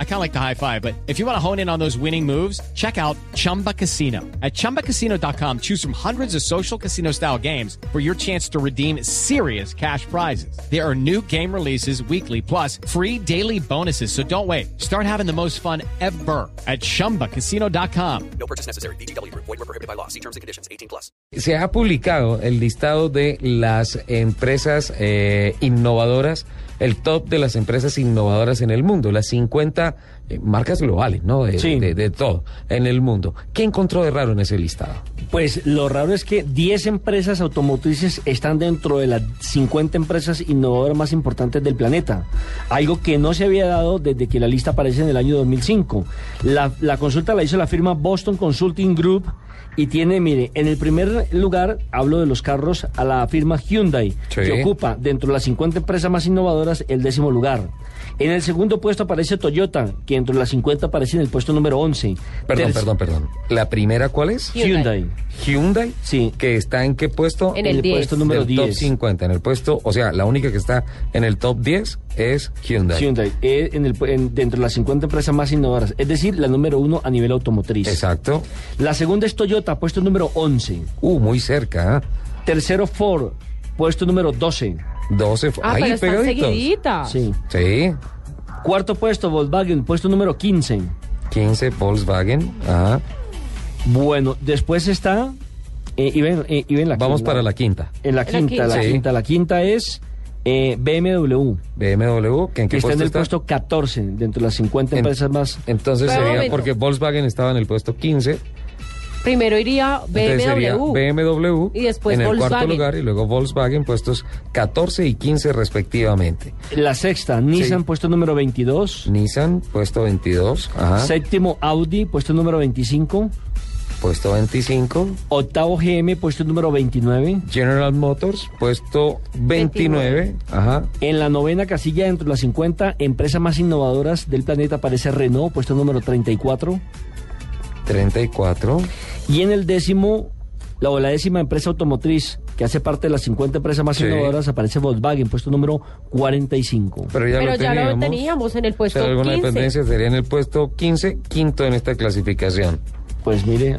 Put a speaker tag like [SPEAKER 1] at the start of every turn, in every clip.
[SPEAKER 1] I kind of like the high five, but if you want to hone in on those winning moves, check out Chumba Casino. At chumbacasino.com, choose from hundreds of social casino style games for your chance to redeem serious cash prizes. There are new game releases weekly, plus free daily bonuses. So don't wait. Start having the most fun ever at chumbacasino.com.
[SPEAKER 2] No purchase necessary. BGW. Void were prohibited by law. See terms and conditions. 18 plus.
[SPEAKER 3] Se ha publicado el listado de las empresas eh, innovadoras, el top de las empresas innovadoras en el mundo, las 50 eh, marcas globales, ¿no? De,
[SPEAKER 4] Sí.
[SPEAKER 3] de- de todo en el mundo. ¿Qué encontró de raro en ese listado?
[SPEAKER 4] Pues lo raro es que 10 empresas automotrices están dentro de las 50 empresas innovadoras más importantes del planeta. Algo que no se había dado desde que la lista aparece en el año 2005. La, la consulta la hizo la firma Boston Consulting Group y tiene, mire, en el primer lugar hablo de los carros a la firma Hyundai,
[SPEAKER 3] Sí.
[SPEAKER 4] que ocupa dentro de las 50 empresas más innovadoras el décimo lugar. En el segundo puesto aparece Toyota, que dentro de las 50 aparece en el puesto número 11.
[SPEAKER 3] Perdón,
[SPEAKER 4] Terc-
[SPEAKER 3] perdón, perdón. ¿La primera cuál es?
[SPEAKER 4] Hyundai.
[SPEAKER 3] Hyundai.
[SPEAKER 4] Sí.
[SPEAKER 3] ¿Que está en qué puesto?
[SPEAKER 5] En el
[SPEAKER 4] el
[SPEAKER 5] 10.
[SPEAKER 4] puesto número
[SPEAKER 3] Del top
[SPEAKER 4] 10.
[SPEAKER 3] 50, en el puesto, o sea, la única que está en el top 10 es Hyundai.
[SPEAKER 4] Hyundai, eh, en el, pu- en- dentro de las 50 empresas más innovadoras, es decir, la número uno a nivel automotriz.
[SPEAKER 3] Exacto.
[SPEAKER 4] La segunda es Toyota, puesto número 11.
[SPEAKER 3] Uh, muy cerca. ¿eh?
[SPEAKER 4] Tercero, Ford, puesto número 12.
[SPEAKER 3] 12.
[SPEAKER 5] Ah,
[SPEAKER 3] ahí
[SPEAKER 5] pero están
[SPEAKER 3] pegaditos.
[SPEAKER 5] seguiditas.
[SPEAKER 4] Sí.
[SPEAKER 3] Sí.
[SPEAKER 4] Cuarto puesto, Volkswagen, puesto número 15.
[SPEAKER 3] 15 Volkswagen. Ajá.
[SPEAKER 4] Bueno, después está. eh, y ven- eh, y ven la
[SPEAKER 3] Vamos
[SPEAKER 4] la-
[SPEAKER 3] para la quinta.
[SPEAKER 4] En la
[SPEAKER 5] La
[SPEAKER 4] quinta, la quinta. La
[SPEAKER 5] quinta.
[SPEAKER 3] Sí.
[SPEAKER 4] quinta, es eh, BMW,
[SPEAKER 3] BMW, que en qué
[SPEAKER 4] que está en
[SPEAKER 3] puesto
[SPEAKER 4] el
[SPEAKER 3] está?
[SPEAKER 4] puesto 14, dentro de las 50
[SPEAKER 3] En-
[SPEAKER 4] empresas más.
[SPEAKER 3] Entonces
[SPEAKER 5] Pero un
[SPEAKER 3] sería
[SPEAKER 5] momento.
[SPEAKER 3] porque Volkswagen estaba en el puesto 15,
[SPEAKER 5] Primero iría
[SPEAKER 3] entonces sería
[SPEAKER 5] BMW.
[SPEAKER 3] BMW
[SPEAKER 5] Y después
[SPEAKER 3] en el cuarto
[SPEAKER 5] Volkswagen.
[SPEAKER 3] lugar y luego Volkswagen puestos 14 y 15 respectivamente.
[SPEAKER 4] La sexta, Nissan,
[SPEAKER 3] Sí.
[SPEAKER 4] puesto número 22.
[SPEAKER 3] Nissan puesto 22, ajá,
[SPEAKER 4] Séptimo, Audi, puesto número 25.
[SPEAKER 3] puesto 25,
[SPEAKER 4] Octavo, GM, puesto número 29.
[SPEAKER 3] General Motors puesto 29, ajá.
[SPEAKER 4] En la novena casilla, dentro de las 50 empresas más innovadoras del planeta, aparece Renault, puesto número 34.
[SPEAKER 3] 34,
[SPEAKER 4] Y en el décimo, la, o la décima empresa automotriz, que hace parte de las 50 empresas más
[SPEAKER 3] Sí.
[SPEAKER 4] innovadoras, aparece Volkswagen, puesto número 45.
[SPEAKER 3] pero ya
[SPEAKER 5] Pero
[SPEAKER 3] lo
[SPEAKER 5] ya
[SPEAKER 3] teníamos.
[SPEAKER 5] lo teníamos en el puesto
[SPEAKER 3] Pero alguna
[SPEAKER 5] 15.
[SPEAKER 3] dependencia sería en el puesto 15, quinto en esta clasificación.
[SPEAKER 4] Pues mire,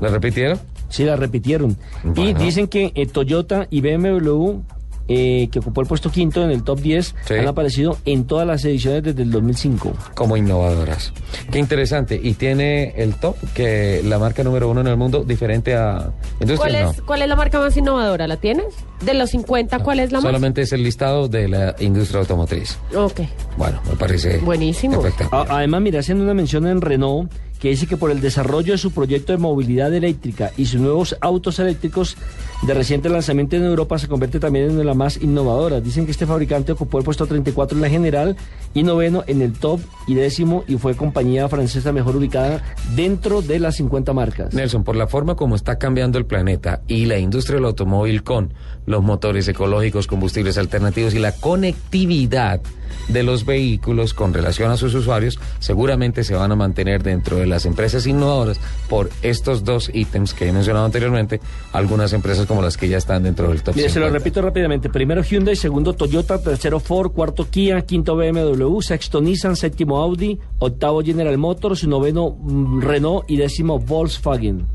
[SPEAKER 3] ¿La repitieron?
[SPEAKER 4] sí la repitieron. Y
[SPEAKER 3] Bueno.
[SPEAKER 4] dicen que eh, Toyota y BMW, eh, que ocupó el puesto quinto en el top 10,
[SPEAKER 3] Sí.
[SPEAKER 4] han aparecido en todas las ediciones desde el 2005.
[SPEAKER 3] como innovadoras. Qué interesante. Y tiene el top, que la marca número uno en el mundo, diferente a... Industria,
[SPEAKER 5] ¿Cuál
[SPEAKER 3] no.
[SPEAKER 5] es, ¿Cuál es la marca más innovadora? ¿La tienes? De los 50, ¿cuál es la más?
[SPEAKER 3] Solamente es el listado de la industria automotriz.
[SPEAKER 5] Ok.
[SPEAKER 3] Bueno, me parece...
[SPEAKER 5] Buenísimo.
[SPEAKER 3] espectacular.
[SPEAKER 4] A- Además, mira, hacen una mención en Renault que dice que por el desarrollo de su proyecto de movilidad eléctrica y sus nuevos autos eléctricos de reciente lanzamiento en Europa se convierte también en una de las más innovadoras. Dicen que este fabricante ocupó el puesto 34 en la general y noveno en el top y décimo y fue compañía francesa mejor ubicada dentro de las 50 marcas.
[SPEAKER 3] Nelson, por la forma como está cambiando el planeta y la industria del automóvil con los motores ecológicos, combustibles alternativos y la conectividad de los vehículos con relación a sus usuarios, seguramente se van a mantener dentro de las empresas innovadoras por estos dos ítems que he mencionado anteriormente, algunas empresas como las que ya están dentro del top
[SPEAKER 4] Mire, se lo
[SPEAKER 3] 50.
[SPEAKER 4] repito rápidamente. Primero Hyundai, segundo Toyota, tercero Ford, cuarto Kia, quinto BMW, sexto Nissan, séptimo Audi, octavo General Motors, noveno mm, Renault y décimo Volkswagen.